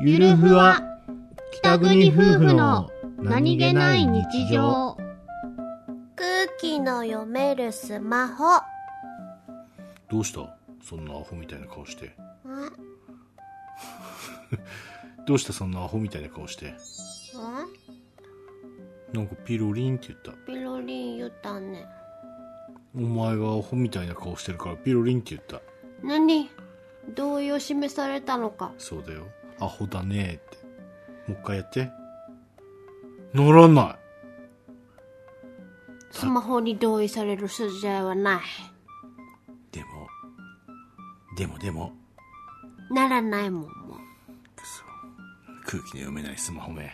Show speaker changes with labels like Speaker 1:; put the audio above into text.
Speaker 1: ゆるふわ北国夫婦の
Speaker 2: 空気の読めるスマホ
Speaker 1: どうしたそんなアホみたいな顔して
Speaker 2: ん
Speaker 1: どうしたそんなアホみたいな顔してなんかピロリンって言った
Speaker 2: ピロリン言ったね
Speaker 1: お前はアホみたいな顔してるからピロリンって言った
Speaker 2: 何同意を示されたのか
Speaker 1: そうだよアホだねーってもう一回やってならない
Speaker 2: スマホに同意される筋合いはない
Speaker 1: でもでもでも
Speaker 2: ならないもんもう
Speaker 1: くそ空気の読めないスマホめ